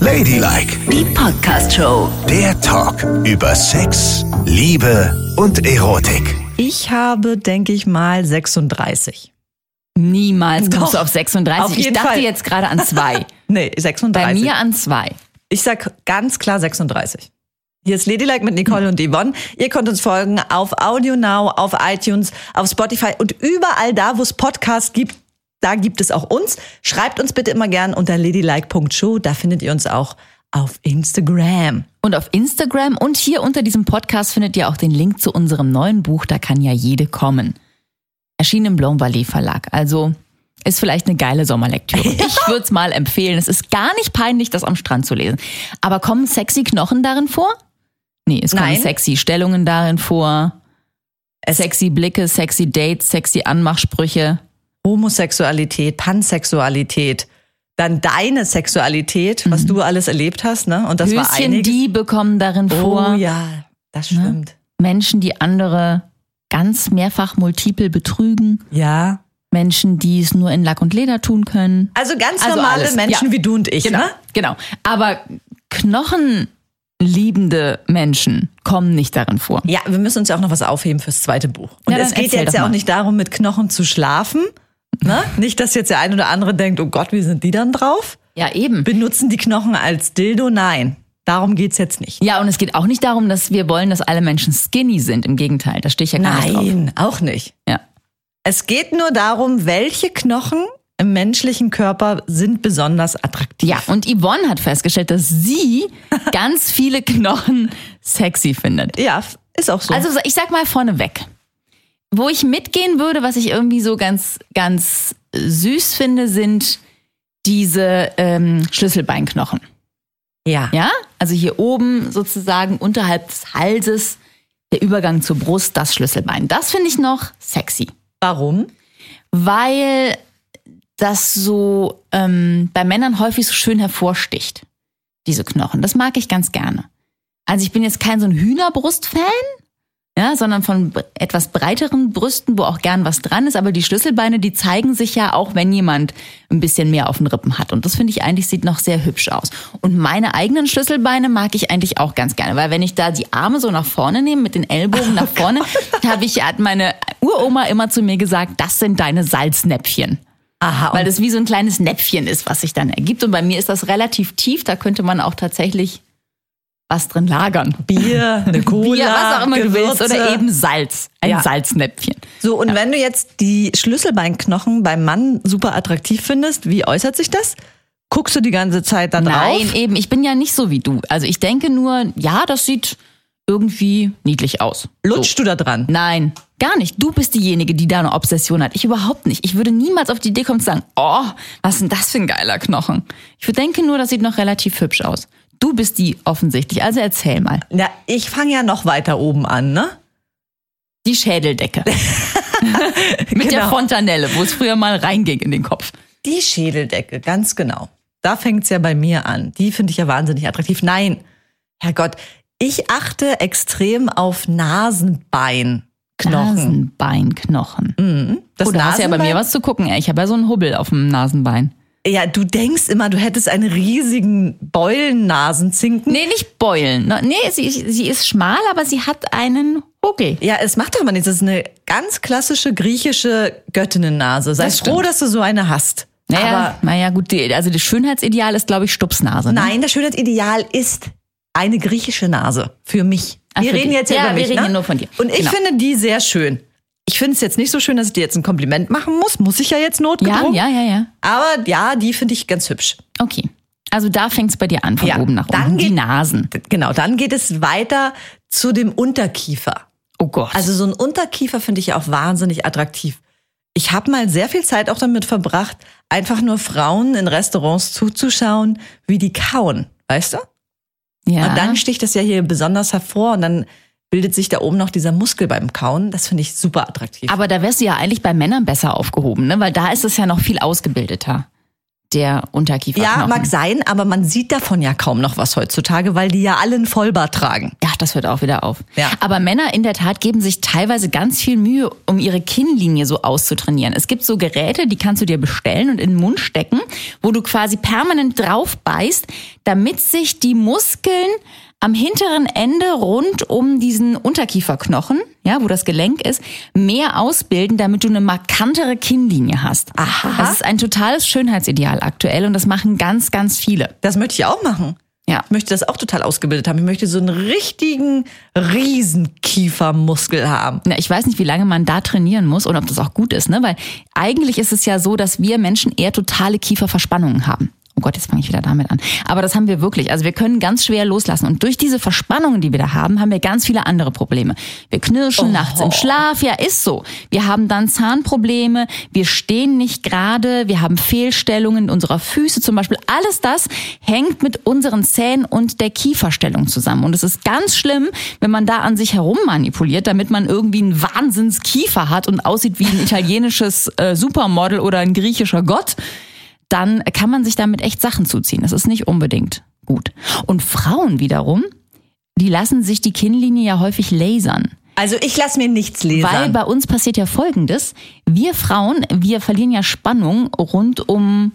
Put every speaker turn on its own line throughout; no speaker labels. Ladylike,
Die Podcast-Show.
der Talk über Sex, Liebe und Erotik.
Ich habe, denke ich mal, 36.
Niemals kommst
Doch.
du auf 36.
Auf
ich
jeden
dachte
Fall.
jetzt gerade an zwei.
Nee,
Bei
36.
mir an zwei.
Ich sag ganz klar 36. Hier ist Ladylike mit Nicole und Yvonne. Ihr könnt uns folgen auf Audio Now, auf iTunes, auf Spotify und überall da, wo es Podcasts gibt. Da gibt es auch uns. Schreibt uns bitte immer gern unter ladylike.show. Da findet ihr uns auch auf Instagram.
Und auf Instagram und hier unter diesem Podcast findet ihr auch den Link zu unserem neuen Buch, da kann ja jede kommen. Erschienen im Blom Ballet Verlag. Also ist vielleicht eine geile Sommerlektüre. Ich würde es mal empfehlen. Es ist gar nicht peinlich, das am Strand zu lesen. Aber kommen sexy Knochen darin vor? Nee, es kommen
Nein.
sexy Stellungen darin vor. sexy Blicke, sexy Dates, sexy Anmachsprüche.
Homosexualität, Pansexualität, dann deine Sexualität, was du alles erlebt hast, ne? Und das war
Mhm. Höschen
einiges.
Diebe kommen darin vor. Ne?
Oh ja, das stimmt.
Menschen, die andere ganz mehrfach multiple betrügen.
Ja.
Menschen, die es nur in Lack und Leder tun können.
Also ganz
Also
normale
alles,
Menschen
ja.
wie du und ich,
Genau,
ne?
genau. Aber knochenliebende Menschen kommen nicht darin vor.
Ja, wir müssen uns ja auch noch was aufheben fürs zweite Buch. Und
Ja, dann
es geht
erzähl
jetzt
doch
ja auch
mal.
nicht darum, mit Knochen zu schlafen. Ne? Nicht, dass jetzt der ein oder andere denkt, oh Gott, wie sind die dann drauf?
Ja, eben.
Benutzen die Knochen als Dildo? Nein. Darum geht's jetzt nicht.
Ja, und es geht auch nicht darum, dass wir wollen, dass alle Menschen skinny sind. Im Gegenteil, da stehe ich ja gar nicht drauf.
Nein, auch nicht.
Ja.
Es geht nur darum, welche Knochen im menschlichen Körper sind besonders attraktiv.
ja, und Yvonne hat festgestellt, dass sie ganz viele Knochen sexy findet.
Ja, f- ist auch so.
Also so- ich sag mal vorneweg, wo ich mitgehen würde, was ich irgendwie so ganz, ganz süß finde, sind diese ähm, Schlüsselbeinknochen.
ja.
Ja, also hier oben sozusagen unterhalb des Halses der Übergang zur Brust, das Schlüsselbein. Das finde ich noch sexy,
Warum?
weil das so ähm, bei Männern häufig so schön hervorsticht, diese Knochen. Das mag ich ganz gerne. Also ich bin jetzt kein so ein Hühnerbrust-Fan, ja, sondern von b- etwas breiteren Brüsten, wo auch gern was dran ist. Aber die Schlüsselbeine, die zeigen sich ja auch, wenn jemand ein bisschen mehr auf den Rippen hat. Und das finde ich eigentlich sieht noch sehr hübsch aus. Und meine eigenen Schlüsselbeine mag ich eigentlich auch ganz gerne, weil wenn ich da die Arme so nach vorne nehme, mit den Ellbogen nach vorne, habe ich hat meine Uroma immer zu mir gesagt, das sind deine Salznäpfchen.
Aha,
Weil das wie so ein kleines Näpfchen ist, was sich dann ergibt. Und bei mir ist das relativ tief, da könnte man auch tatsächlich was drin lagern.
Bier, eine Cola,
Bier, was auch immer
Gewürze.
du willst. Oder eben Salz. Ein
Ja.
Salznäpfchen.
So, und wenn du jetzt die Schlüsselbeinknochen beim Mann super attraktiv findest, wie äußert sich das? Guckst du die ganze Zeit dann
Nein,
drauf?
eben, ich bin ja nicht so wie du. Also ich denke nur, ja, das sieht irgendwie niedlich aus.
Lutschst du da dran?
Nein, gar nicht. Du bist diejenige, die da eine Obsession hat. Ich überhaupt nicht. Ich würde niemals auf die Idee kommen zu sagen, oh, was ist denn das für ein geiler Knochen? Ich denke nur, das sieht noch relativ hübsch aus. Du bist die offensichtlich. Also erzähl mal.
Na, ich fange ja noch weiter oben an, ne?
Die Schädeldecke. Mit der
Genau.
Fontanelle, wo es früher mal reinging in den Kopf.
Die Schädeldecke, ganz genau. Da fängt's ja bei mir an. Die finde ich ja wahnsinnig attraktiv. Nein, Herrgott, ich achte extrem auf Nasenbeinknochen.
Nasenbeinknochen.
Das
Oh, da hast du ja bei mir was zu gucken. Ey. Ich habe ja so einen Hubbel auf dem Nasenbein.
Ja, du denkst immer, du hättest einen riesigen Beulennasenzinken.
Nee, nicht beulen. Ne, Nee, sie, sie ist schmal, aber sie hat einen Huckel.
Ja, es macht doch mal nichts. Das ist eine ganz klassische griechische Göttinnennase. Sei
Das
froh, dass du so eine hast.
Naja,
Aber
naja, gut, die, also das Schönheitsideal ist, glaube ich, Stupsnase. Ne?
nein, das Schönheitsideal ist eine griechische Nase für mich.
Ach,
wir
für
reden
dich.
jetzt ja,
Ja, wir
über mich,
reden
ne?
hier nur von dir.
Und ich
Genau.
finde die sehr schön. Ich finde es jetzt nicht so schön, dass ich dir jetzt ein Kompliment machen muss. Muss ich ja jetzt
Ja,
notgedrungen.
ja, ja, ja.
Aber ja, die finde ich ganz hübsch.
Okay. Also da fängt es bei dir an, von
Ja,
oben nach
dann
unten. Die
geht-
Nasen.
Genau, dann geht es weiter zu dem Unterkiefer.
Oh Gott.
Also so ein Unterkiefer finde ich ja auch wahnsinnig attraktiv. Ich habe mal sehr viel Zeit auch damit verbracht, einfach nur Frauen in Restaurants zuzuschauen, wie die kauen, weißt du?
ja.
Und dann sticht das ja hier besonders hervor und dann bildet sich da oben noch dieser Muskel beim Kauen. Das finde ich super attraktiv.
Aber da wärst du ja eigentlich bei Männern besser aufgehoben, ne? weil da ist es ja noch viel ausgebildeter. der Unterkieferknochen.
Ja, mag sein, aber man sieht davon ja kaum noch was heutzutage, weil die ja alle einen Vollbart tragen.
Ja, das hört auch wieder auf.
Ja.
Aber Männer in der Tat geben sich teilweise ganz viel Mühe, um ihre Kinnlinie so auszutrainieren. Es gibt so Geräte, die kannst du dir bestellen und in den Mund stecken, wo du quasi permanent drauf beißt, damit sich die Muskeln am hinteren Ende rund um diesen Unterkieferknochen, ja, wo das Gelenk ist, mehr ausbilden, damit du eine markantere Kinnlinie hast.
Aha.
Das ist ein totales Schönheitsideal aktuell und das machen ganz, ganz viele.
Das möchte ich auch machen.
Ja.
Ich möchte das auch total ausgebildet haben. Ich möchte so einen richtigen Riesenkiefermuskel haben.
Na, ich weiß nicht, wie lange man da trainieren muss und ob das auch gut ist, ne? Weil eigentlich ist es ja so, dass wir Menschen eher totale Kieferverspannungen haben. Oh Gott, jetzt fange ich wieder damit an. Aber das haben wir wirklich. Also wir können ganz schwer loslassen. Und durch diese Verspannungen, die wir da haben, haben wir ganz viele andere Probleme. Wir knirschen
Oh.
nachts im Schlaf. Ja, ist so. Wir haben dann Zahnprobleme. Wir stehen nicht gerade. Wir haben Fehlstellungen unserer Füße zum Beispiel. Alles das hängt mit unseren Zähnen und der Kieferstellung zusammen. Und es ist ganz schlimm, wenn man da an sich herum manipuliert, damit man irgendwie einen Wahnsinnskiefer hat und aussieht wie ein italienisches äh, Supermodel oder ein griechischer Gott. Dann kann man sich damit echt Sachen zuziehen. Das ist nicht unbedingt gut. Und Frauen wiederum, die lassen sich die Kinnlinie ja häufig lasern.
Also ich lasse mir nichts lesen.
Weil bei uns passiert ja Folgendes. Wir Frauen, wir verlieren ja Spannung rund um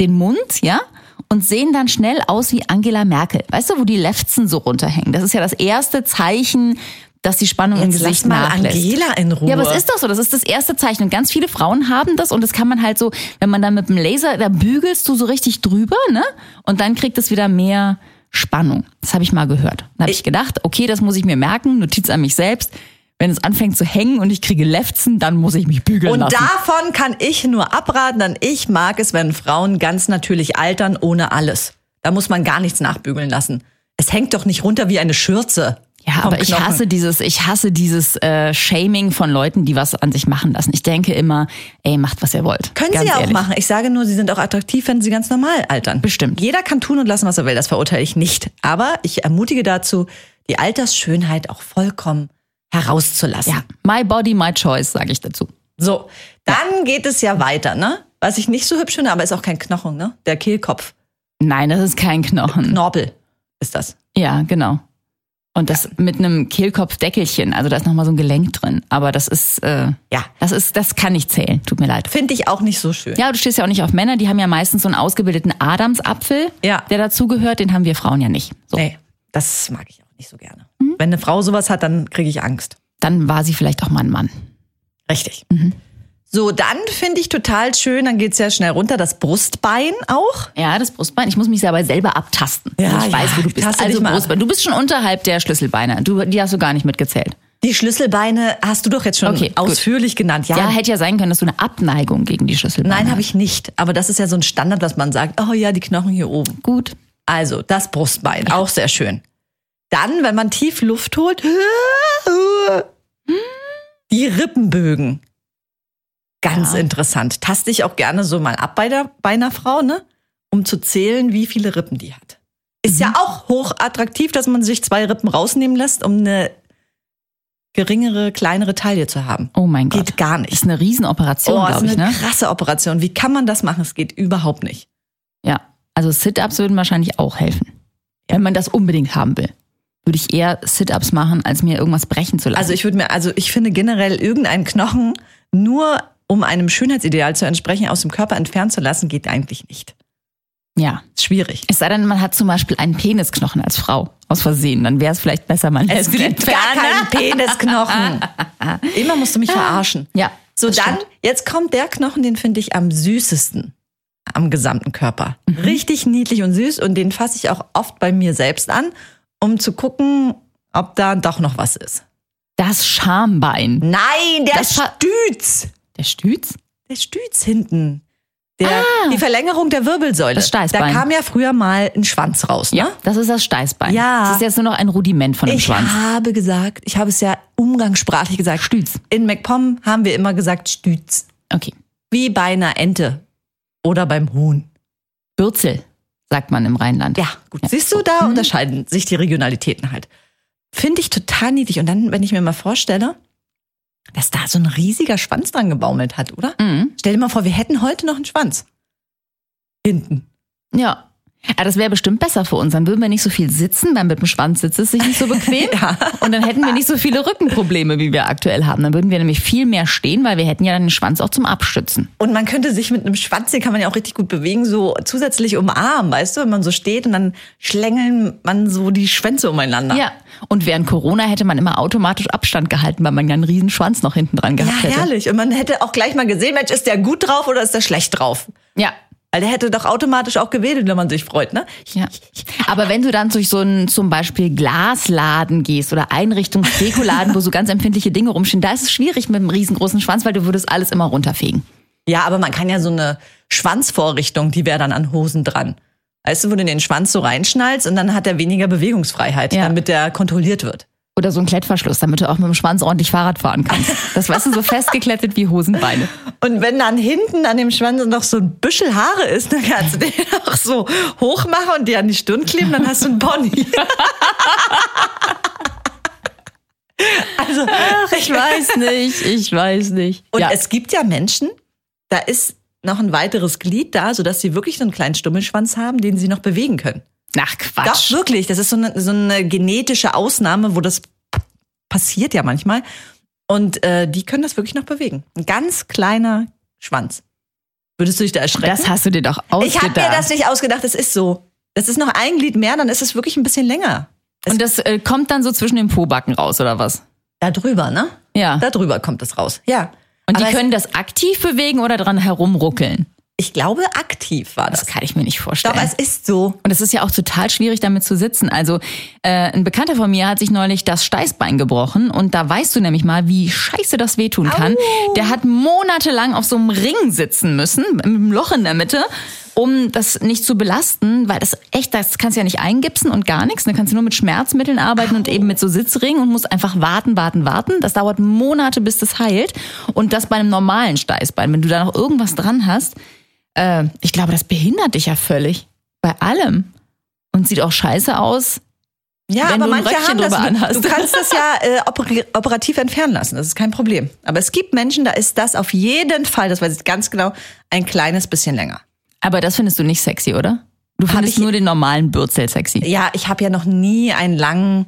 den Mund, ja? Und sehen dann schnell aus wie Angela Merkel. Weißt du, wo die Lefzen so runterhängen? Das ist ja das erste Zeichen, dass die Spannung im
Jetzt
Gesicht
lass mal
nachlässt.
Angela in Ruhe.
Ja, aber es ist doch so. Das ist das erste Zeichen. Und ganz viele Frauen haben das. Und das kann man halt so, wenn man dann mit dem Laser, da bügelst du so richtig drüber, ne? Und dann kriegt es wieder mehr Spannung. Das habe ich mal gehört. Dann habe ich gedacht, okay, das muss ich mir merken. Notiz an mich selbst. Wenn es anfängt zu hängen und ich kriege Lefzen, dann muss ich mich bügeln
und
lassen.
davon kann ich nur abraten, denn ich mag es, wenn Frauen ganz natürlich altern, ohne alles. Da muss man gar nichts nachbügeln lassen. Es hängt doch nicht runter wie eine Schürze.
Ja,
vom
aber ich
Knochen.
hasse dieses, ich hasse dieses äh, Shaming von Leuten, die was an sich machen lassen. Ich denke immer, ey, macht was ihr wollt.
Können
Ganz
sie ja auch
ehrlich.
machen. Ich sage nur, sie sind auch attraktiv, wenn sie ganz normal altern.
Bestimmt.
Jeder kann tun und lassen, was er will. Das verurteile ich nicht. Aber ich ermutige dazu, die Altersschönheit auch vollkommen herauszulassen.
Ja, my body, my choice, sage ich dazu.
So, dann geht es ja weiter, ne? Was ich nicht so hübsch finde, aber ist auch kein Knochen, ne? Der Kehlkopf.
Nein, das ist kein Knochen.
Knorpel ist das.
Ja, genau. Und das mit einem Kehlkopfdeckelchen, also da ist nochmal so ein Gelenk drin. Aber das ist, äh,
Ja.
das ist, das kann nicht zählen. Tut mir leid.
Finde ich auch nicht so schön.
Ja, du stehst ja auch nicht auf Männer, die haben ja meistens so einen ausgebildeten Adamsapfel,
Ja.
der dazugehört, den haben wir Frauen ja nicht. So. Mhm.
Nee, das mag ich auch nicht so gerne. Wenn eine Frau sowas hat, dann kriege ich Angst.
Dann war sie vielleicht auch mal ein Mann.
Richtig.
Mhm.
So, dann finde ich total schön, dann geht's ja schnell runter, das Brustbein auch.
Ja, das Brustbein. Ich muss mich selber selber abtasten.
Ja,
Also ich
ja,
weiß, wo du bist.
taste dich
Also
mal ab.
Brustbein. Du bist schon unterhalb der Schlüsselbeine. Du, die hast du gar nicht mitgezählt.
Die Schlüsselbeine hast du doch jetzt schon
Okay, gut.
ausführlich genannt. Ja,
Ja, hätte ja sein können, dass du eine Abneigung gegen die Schlüsselbeine
nein, habe ich nicht. Aber das ist ja so ein Standard, was man sagt. Oh ja, die Knochen hier oben.
hast. Gut.
Also, das Brustbein, auch sehr schön. Dann, wenn man tief Luft holt, die Rippenbögen. Ganz
Ja.
interessant. Taste ich auch gerne so mal ab bei, der, bei einer Frau, ne? Um zu zählen, wie viele Rippen die hat. Ist
Mhm.
ja auch hoch attraktiv, dass man sich zwei Rippen rausnehmen lässt, um eine geringere, kleinere Taille zu haben.
Oh mein Gott.
Geht gar nicht.
Ist eine Riesenoperation,
Oh, ist
glaube
eine
ich, ne?
krasse Operation. Wie kann man das machen? Es geht überhaupt nicht.
Ja, also Sit-Ups würden wahrscheinlich auch helfen. Wenn man das unbedingt haben will, würde ich eher Sit-Ups machen, als mir irgendwas brechen zu lassen.
Also ich würde mir, also ich finde generell irgendeinen Knochen nur um einem Schönheitsideal zu entsprechen, aus dem Körper entfernen zu lassen, geht eigentlich nicht.
ja.
Ist schwierig.
Es sei denn, man hat zum Beispiel einen Penisknochen als Frau aus Versehen, dann wäre es vielleicht besser, man lässt ihn entfernen.
Penisknochen. Immer musst du mich verarschen.
Ja.
So,
Ah. das
dann,
stimmt.
jetzt kommt der Knochen, den finde ich am süßesten am gesamten Körper.
Mhm.
Richtig niedlich und süß und den fasse ich auch oft bei mir selbst an, um zu gucken, ob da doch noch was ist.
Das Schambein.
Nein, der
Das fa-
Stütz.
Der Stütz?
Der Stütz hinten. Der, Die Verlängerung der Wirbelsäule.
Ah. Das
Da
Steißbein.
kam ja früher mal ein Schwanz raus, ne?
Das ist das Steißbein.
Ja.
Das ist jetzt nur noch ein Rudiment von dem
Ich
Schwanz.
habe gesagt, ich habe es ja umgangssprachlich gesagt.
Stütz.
In MacPom haben wir immer gesagt Stütz.
Okay.
Wie bei einer Ente. Oder beim Huhn.
Bürzel, sagt man im Rheinland.
Ja, gut. Siehst du,
Mhm.
da unterscheiden sich die Regionalitäten halt. Finde ich total niedlich. Und dann, wenn ich mir mal vorstelle, dass da so ein riesiger Schwanz dran gebaumelt hat, oder?
Mhm.
Stell dir mal vor, wir hätten heute noch einen Schwanz. hinten.
Ja. Aber das wäre bestimmt besser für uns. Dann würden wir nicht so viel sitzen, weil mit dem Schwanz sitzt es sich nicht so bequem. Und dann hätten wir nicht so viele Rückenprobleme, wie wir aktuell haben. Dann würden wir nämlich viel mehr stehen, weil wir hätten ja dann den Schwanz auch zum Abstützen.
Und man könnte sich mit einem Schwanz, den kann man ja auch richtig gut bewegen, so zusätzlich umarmen, weißt du, wenn man so steht und dann schlängeln man so die Schwänze umeinander.
Ja. Und während Corona hätte man immer automatisch Abstand gehalten, weil man ja einen riesen Schwanz noch hinten dran
Ja,
gehabt hätte.
herrlich. Und man hätte auch gleich mal gesehen, Mensch, ist der gut drauf oder ist der schlecht drauf?
Ja.
Weil der hätte doch automatisch auch gewedelt, wenn man sich freut, ne?
Ja. Aber wenn du dann durch so einen zum Beispiel Glasladen gehst oder Einrichtungsdekoladen, wo so ganz empfindliche Dinge rumstehen, da ist es schwierig mit einem riesengroßen Schwanz, weil du würdest alles immer runterfegen.
Ja, aber man kann ja so eine Schwanzvorrichtung, die wäre dann an Hosen dran. Weißt du, wo du den Schwanz so reinschnallst und dann hat er weniger Bewegungsfreiheit,
Ja.
damit der kontrolliert wird.
Oder so ein Klettverschluss, damit du auch mit dem Schwanz ordentlich Fahrrad fahren kannst. Das weißt du, so festgeklettet wie Hosenbeine.
Und wenn dann hinten an dem Schwanz noch so ein Büschel Haare ist, dann kannst du den auch so hoch machen und dir an die Stirn kleben, dann hast du einen Pony. also,
Ich weiß nicht, ich weiß nicht.
Und
ja.
es gibt ja Menschen, da ist noch ein weiteres Glied da, sodass sie wirklich so einen kleinen Stummelschwanz haben, den sie noch bewegen können.
Nach
Doch,
Quatsch.
wirklich. Das ist so eine, so eine genetische Ausnahme, wo das passiert ja manchmal. Und äh, die können das wirklich noch bewegen. Ein ganz kleiner Schwanz. Würdest du dich da erschrecken?
Das hast du dir doch
ich habe
ausgedacht.
mir das nicht ausgedacht, das ist so. Das ist noch ein Glied mehr, dann ist es wirklich ein bisschen länger.
Und das äh, kommt dann so zwischen den Pobacken raus, oder was?
Da drüber, ne?
Ja.
Da drüber kommt das raus. Ja.
Und die
Aber es-
können das aktiv bewegen oder dran herumruckeln?
ich glaube, aktiv war das.
Das kann ich mir nicht
Ich
vorstellen.
glaube, es ist so.
Und es ist ja auch total schwierig, damit zu sitzen. Also äh, ein Bekannter von mir hat sich neulich das Steißbein gebrochen und da weißt du nämlich mal, wie scheiße das wehtun kann. Der hat monatelang auf so einem Ring sitzen müssen, mit einem Loch in der Mitte, um das nicht zu belasten, weil das echt, das kannst du ja nicht eingipsen und gar nichts. Dann kannst du nur mit Schmerzmitteln arbeiten und eben mit so Sitzringen und musst einfach warten, warten, warten. Das dauert Monate, bis das heilt. Und das bei einem normalen Steißbein. Wenn du da noch irgendwas dran hast, äh, ich glaube, das behindert dich ja völlig. Bei allem. Und sieht auch scheiße aus.
Ja,
wenn
aber
du ein
manche
Röckchen
haben das.
drüber anhast.
Du kannst das ja äh, operi- operativ entfernen lassen, das ist kein Problem. Aber es gibt Menschen, da ist das auf jeden Fall, das weiß ich ganz genau, ein kleines bisschen länger.
Aber das findest du nicht sexy, oder? Du findest
ich-
nur den normalen Bürzel sexy.
Ja, ich habe ja noch nie einen langen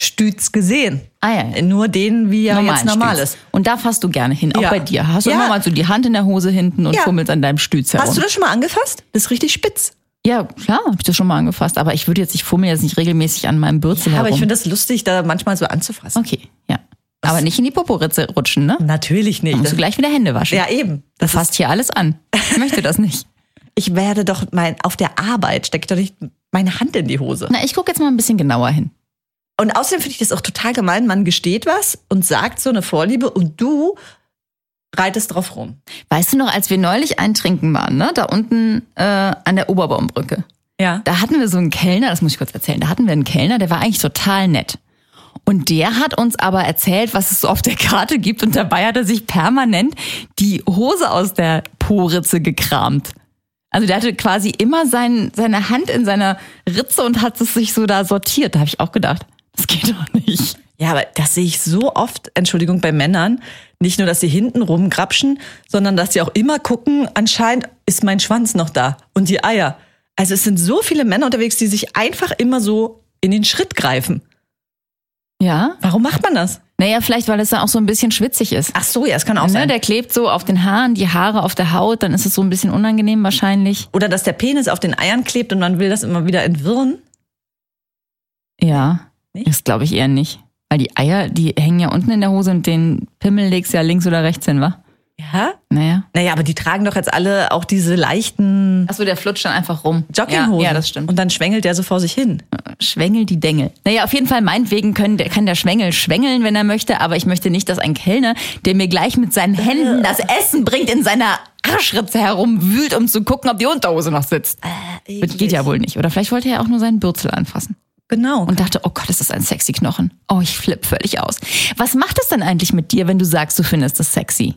Stütz gesehen. Äh,
Ah ja.
Nur den, wie er jetzt normal
Stütz.
ist.
Und da fasst du gerne hin, auch
Ja.
bei dir. Hast du
Ja.
immer mal so die Hand in der Hose hinten und
Ja.
fummelst an deinem Stütz herum.
Hast du das schon mal angefasst? Das ist richtig spitz.
ja, klar, hab ich das schon mal angefasst. Aber ich würde jetzt, ich fummel jetzt nicht regelmäßig an meinem Bürzel herum.
Aber ich finde das lustig, da manchmal so anzufassen.
okay, ja. Aber nicht in die Poporitze rutschen, ne?
Natürlich
Dann
nicht.
musst du gleich wieder Hände waschen.
ja, eben.
Das fasst hier alles an. Ich möchte das nicht.
Ich werde doch mein, auf der Arbeit stecke ich doch nicht meine Hand in die Hose.
Na, ich gucke jetzt mal ein bisschen genauer hin.
Und außerdem finde ich das auch total gemein. Man gesteht was und sagt so eine Vorliebe und du reitest drauf rum.
Weißt du noch, als wir neulich eintrinken waren, ne? da unten äh, an der Oberbaumbrücke,
Ja.
da hatten wir so einen Kellner, das muss ich kurz erzählen, da hatten wir einen Kellner, der war eigentlich total nett. Und der hat uns aber erzählt, was es so auf der Karte gibt und dabei hat er sich permanent die Hose aus der Poritze gekramt. Also der hatte quasi immer sein, seine Hand in seiner Ritze und hat es sich so da sortiert. Da habe ich auch gedacht, das geht doch nicht.
Ja, aber das sehe ich so oft, Entschuldigung, bei Männern. Nicht nur, dass sie hinten rumgrapschen, sondern dass sie auch immer gucken, anscheinend ist mein Schwanz noch da und die Eier. Also es sind so viele Männer unterwegs, die sich einfach immer so in den Schritt greifen.
Ja?
Warum macht man das? Also,
Naja, vielleicht, weil es dann auch so ein bisschen schwitzig ist.
Ach so, ja, es kann auch
Ne, der klebt so auf den Haaren, die Haare auf der Haut, dann ist es so ein bisschen unangenehm wahrscheinlich.
Oder dass der Penis auf den Eiern klebt und man will das immer wieder entwirren.
Ja,
Nicht?
das glaube ich eher nicht. Weil die Eier, die hängen ja unten in der Hose und den Pimmel legst du ja links oder rechts hin, wa?
Ja?
Naja.
Naja, aber die tragen doch jetzt alle auch diese leichten
Achso, der flutscht dann einfach rum.
Jogginghosen.
Ja, ja das stimmt.
Und dann schwängelt der so vor sich hin.
Schwängel die Dengel. Naja, auf jeden Fall meinetwegen können, der, kann der Schwängel schwängeln, wenn er möchte, aber ich möchte nicht, dass ein Kellner, der mir gleich mit seinen Händen das Essen bringt, in seiner Arschritze herumwühlt, um zu gucken, ob die Unterhose noch sitzt. Das geht ja wohl nicht. Oder vielleicht wollte er auch nur seinen Bürzel anfassen.
Genau.
und dachte, oh Gott, ist das ein sexy Knochen. Oh, ich flipp völlig aus. Was macht es denn eigentlich mit dir, wenn du sagst, du findest es sexy?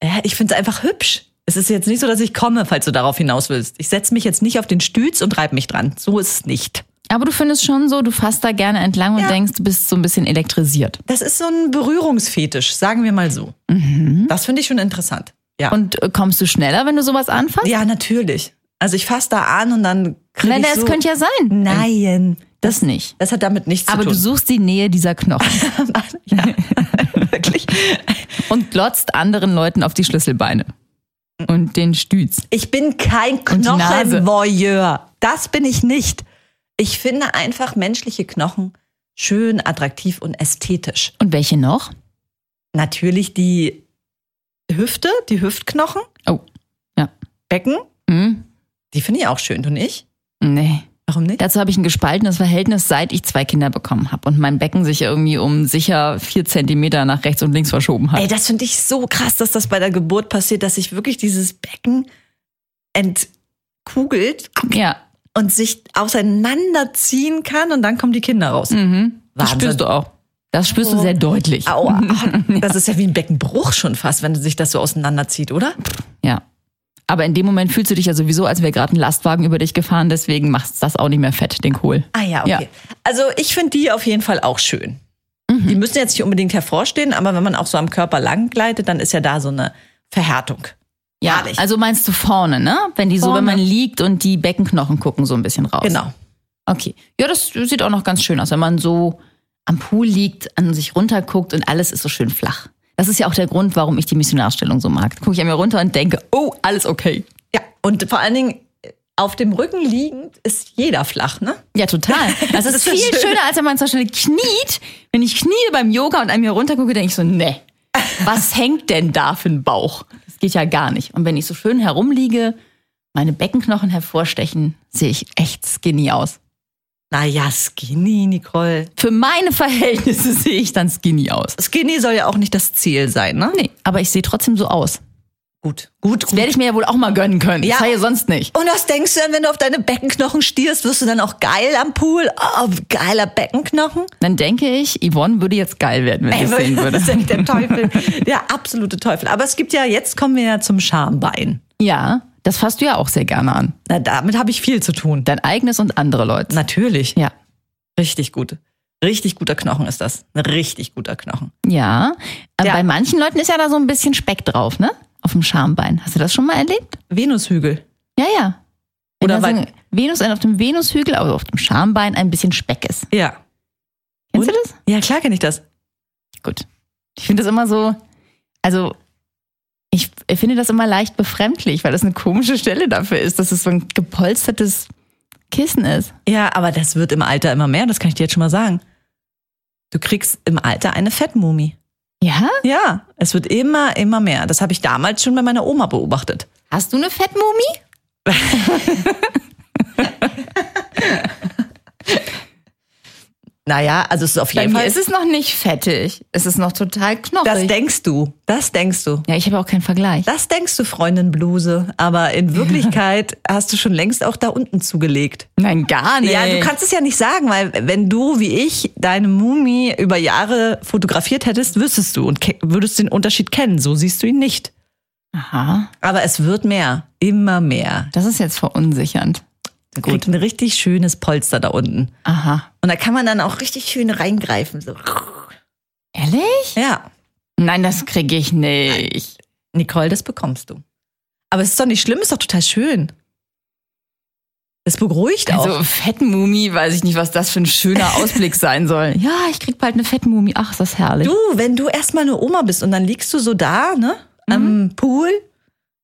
Äh, ich finde es einfach hübsch. Es ist jetzt nicht so, dass ich komme, falls du darauf hinaus willst. Ich setze mich jetzt nicht auf den Stütz und reibe mich dran. So ist es nicht.
Aber du findest schon so, du fasst da gerne entlang und
Ja.
denkst, du bist so ein bisschen elektrisiert.
Das ist so ein Berührungsfetisch, sagen wir mal so.
Mhm.
Das finde ich schon interessant. Ja.
Und äh, kommst du schneller, wenn du sowas anfasst?
ja, natürlich. Also ich fasse da an und dann kriege
Nein,
ich
das
so,
könnte ja sein.
Nein,
Das nicht.
das hat damit nichts
Aber
zu
du
tun.
suchst die Nähe dieser Knochen
du wirklich.
und glotzt anderen Leuten auf die Schlüsselbeine und den Stütz.
Ich bin kein
die Nase.
Knochenvoyeur. Das bin ich nicht. Ich finde einfach menschliche Knochen schön, attraktiv und ästhetisch.
Und welche noch?
Natürlich die Hüfte, die Hüftknochen,
Oh, ja.
Becken,
Hm?
die finde ich auch schön. Du nicht?
Nee.
Warum nicht?
Dazu habe ich ein gespaltenes Verhältnis, seit ich zwei Kinder bekommen habe und mein Becken sich irgendwie um sicher vier Zentimeter nach rechts und links verschoben hat.
Ey, das finde ich so krass, dass das bei der Geburt passiert, dass sich wirklich dieses Becken entkugelt
ja.
und sich auseinanderziehen kann und dann kommen die Kinder raus.
Mhm. Das
Wahnsinn.
spürst du auch. Das spürst du
Oh.
sehr deutlich.
Aua. Das ist ja wie ein Beckenbruch schon fast, wenn sich das so auseinanderzieht, oder?
Ja. Aber in dem Moment fühlst du dich ja sowieso, als wäre gerade ein Lastwagen über dich gefahren, deswegen machst das auch nicht mehr fett, den Kohl.
Ah ja, Mhm. okay. Also ich finde die auf jeden Fall auch schön. Die müssen jetzt nicht unbedingt hervorstehen, aber wenn man auch so am Körper lang gleitet, dann ist ja da so eine Verhärtung.
Ja,
Herrlich.
also meinst du vorne, ne? Wenn die so, wenn
Vorne.
man liegt und die Beckenknochen gucken so ein bisschen raus.
Genau.
Okay. Ja, das sieht auch noch ganz schön aus, wenn man so am Pool liegt, an sich runterguckt und alles ist so schön flach. Das ist ja auch der Grund, warum ich die Missionarstellung so mag. Gucke ich an mir runter und denke, oh, alles okay.
Ja, und vor allen Dingen äh, auf dem Rücken liegend ist jeder flach, ne?
Ja, total. Das ist,
Das ist
viel
schön.
schöner, als wenn man zum Beispiel kniet. Wenn ich knie beim Yoga und an mir runtergucke, denke ich so, ne, was hängt denn da für ein Bauch? Das geht ja gar nicht. Und wenn ich so schön herumliege, meine Beckenknochen hervorstechen, sehe ich echt skinny aus.
Naja, skinny, Nicole.
Für meine Verhältnisse sehe ich dann skinny aus.
Skinny soll ja auch nicht das Ziel sein, ne?
Nee, aber ich sehe trotzdem so aus.
Gut, gut,
Werde ich mir ja wohl auch mal gönnen können.
Ja.
Das war ja sonst nicht.
Und was denkst du dann, wenn du auf deine Beckenknochen stierst? Wirst du dann auch geil am Pool? Oh, geiler Beckenknochen?
Dann denke ich, Yvonne würde jetzt geil werden, wenn sie es sehen würde.
Das ist ja der Teufel, der absolute Teufel. Aber es gibt ja, jetzt kommen wir ja zum Schambein.
Ja, das fasst du ja auch sehr gerne an.
Na, damit habe ich viel zu tun.
Dein eigenes und andere Leute.
Natürlich.
Ja.
Richtig gut. Richtig guter Knochen ist das. Ein richtig guter Knochen.
Ja, aber
Ja.
bei manchen Leuten ist ja da so ein bisschen Speck drauf, ne? Auf dem Schambein. Hast du das schon mal erlebt?
Venus-Hügel.
Ja, ja. Wenn da
Oder
so
weil-
ein Venus, ein auf dem Venushügel, aber auf dem Schambein ein bisschen Speck ist.
Ja.
Kennst
Und?
du das?
Ja, klar kenne ich das.
Gut. Ich finde das immer so, also ich finde das immer leicht befremdlich, weil das eine komische Stelle dafür ist, dass es so ein gepolstertes Kissen ist.
Ja, aber das wird im Alter immer mehr, das kann ich dir jetzt schon mal sagen. Du kriegst im Alter eine Fettmumie.
Ja?
Ja, es wird immer, immer mehr. Das habe ich damals schon bei meiner Oma beobachtet.
Hast du eine Fettmumie?
Naja, also es ist auf
Bei
jeden
mir
Fall.
ist es noch nicht fettig. Es ist noch total
das
knochig.
denkst du. Das denkst du.
ja, ich habe auch keinen Vergleich.
Das denkst du, Freundin Bluse. Aber in Wirklichkeit hast du schon längst auch da unten zugelegt.
Nein, gar nicht.
Ja, du kannst es ja nicht sagen, weil wenn du wie ich deine Mumie über Jahre fotografiert hättest, wüsstest du und ke- würdest den Unterschied kennen. So siehst du ihn nicht.
Aha,
Aber es wird mehr, immer mehr.
das ist jetzt verunsichernd.
Du kriegst ein richtig schönes Polster da unten.
Aha.
Und da kann man dann auch richtig schön reingreifen. So.
Ehrlich?
Ja,
Nein, das kriege ich nicht.
Nicole, das bekommst du. Aber es ist doch nicht schlimm, es ist doch total schön. Es beruhigt auch.
Also Fettmumie, weiß ich nicht, was das für ein schöner Ausblick sein soll. Ja, ich krieg bald eine Fettmumie. Ach, ist das herrlich.
Du, wenn du erstmal eine Oma bist und dann liegst du so da, ne, am
Mhm.
Pool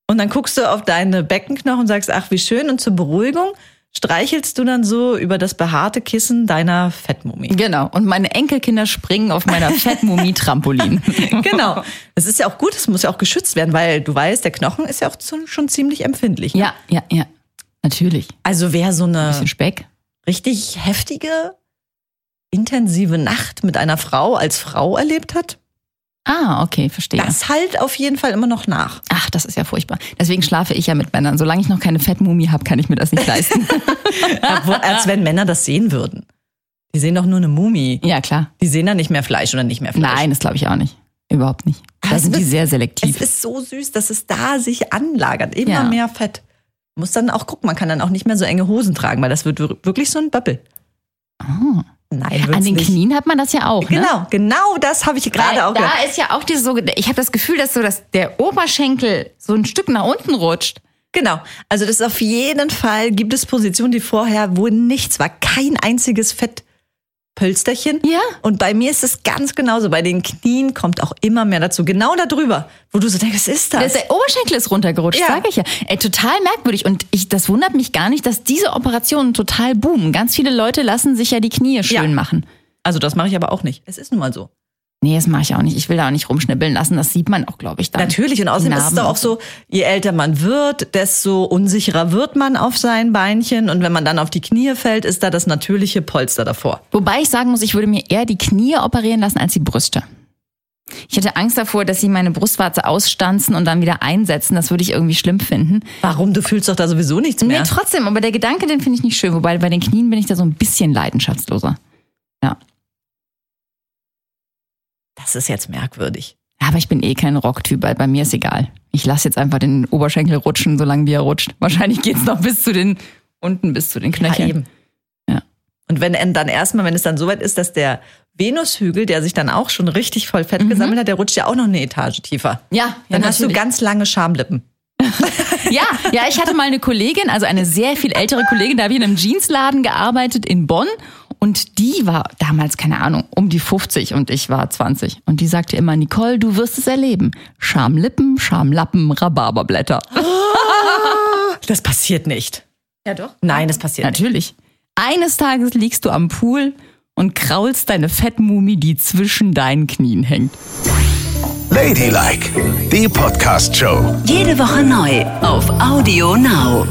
und dann guckst du auf deine Beckenknochen und sagst, ach, wie schön. Und zur Beruhigung streichelst du dann so über das behaarte Kissen deiner Fettmumie.
Genau. Und meine Enkelkinder springen auf meiner Fettmumie-Trampolin.
genau. Es ist ja auch gut, es muss ja auch geschützt werden, weil du weißt, der Knochen ist ja auch zu, schon ziemlich empfindlich.
ja, ja, ja. Natürlich.
Also wer so
Ein
eine
bisschen Speck.
richtig heftige, intensive Nacht mit einer Frau als Frau erlebt hat,
Ah, okay, verstehe.
das halt auf jeden Fall immer noch nach.
Ach, das ist ja furchtbar. Deswegen schlafe ich ja mit Männern. Solange ich noch keine Fettmumie habe, kann ich mir das nicht leisten.
Obwohl, als wenn Männer das sehen würden. Die sehen doch nur eine Mumie.
ja, klar.
Die sehen dann nicht mehr Fleisch oder nicht mehr Fleisch.
Nein, das glaube ich auch nicht. Überhaupt nicht.
Aber
Da
es
sind die
wird-
sehr
Es
selektiv.
ist so süß, dass es da sich anlagert. Immer
Ja.
mehr Fett. Muss dann auch gucken, man kann dann auch nicht mehr so enge Hosen tragen, weil das wird wir- wirklich so ein Böppel.
Oh.
Nein, wird's
An den
nicht.
Knien hat man das ja auch, ne?
Genau, genau das habe ich gerade
Weil
auch
da
gedacht.
ist ja auch diese so, ich habe das Gefühl, dass so dass der Oberschenkel so ein Stück nach unten rutscht.
Genau. Also das ist auf jeden Fall, gibt es Positionen, die vorher, wo nichts war, kein einziges Fettpölsterchen.
Ja.
Und bei mir ist es ganz genauso. Bei den Knien kommt auch immer mehr dazu. Genau da drüber, wo du so denkst, was ist das?
Das, der Oberschenkel ist runtergerutscht,
Ja.
sage ich ja. Ey, total merkwürdig. Und ich, das wundert mich gar nicht, dass diese Operationen total boomen. Ganz viele Leute lassen sich ja die Knie schön
Ja.
machen.
also das mache ich aber auch nicht. Es ist nun mal so.
Nee, das mache ich auch nicht. Ich will da auch nicht rumschnibbeln lassen. Das sieht man auch, glaube ich, dann.
Natürlich. Und außerdem ist es
Narben
doch auch
und
so, je älter man wird, desto unsicherer wird man auf seinen Beinchen. Und wenn man dann auf die Knie fällt, ist da das natürliche Polster davor.
Wobei ich sagen muss, ich würde mir eher die Knie operieren lassen als die Brüste. Ich hätte Angst davor, dass sie meine Brustwarze ausstanzen und dann wieder einsetzen. Das würde ich irgendwie schlimm finden.
Warum? Du fühlst doch da sowieso nichts
Nee,
mehr.
trotzdem, aber der Gedanke, den finde ich nicht schön. Wobei bei den Knien bin ich da so ein bisschen leidenschaftsloser. Ja.
das ist jetzt merkwürdig.
Ja, Aber ich bin eh kein Rocktyp, weil bei mir ist egal. Ich lasse jetzt einfach den Oberschenkel rutschen, solange wie er rutscht. Wahrscheinlich geht's noch bis zu den, unten bis zu den Knöcheln. Ja.
Und wenn en- dann erstmal, wenn es dann so weit ist, dass der Venushügel, der sich dann auch schon richtig voll fett gesammelt hat, der rutscht ja auch noch eine Etage tiefer.
Mhm. Ja, ja,
Dann hast du
natürlich.
ganz lange Schamlippen.
Ja, ja, ich hatte mal eine Kollegin, also eine sehr viel ältere Kollegin, da habe ich in einem Jeansladen gearbeitet in Bonn und die war damals, keine Ahnung, um die 50 und ich war 20 und die sagte immer, Nicole, du wirst es erleben. Schamlippen, Schamlappen, Rhabarberblätter.
Das passiert nicht.
Ja doch.
Nein, das passiert nicht.
Natürlich. Eines Tages liegst du am Pool und kraulst deine Fettmumie, die zwischen deinen Knien hängt.
Ladylike, die Podcast-Show.
Jede Woche neu auf Audio Now.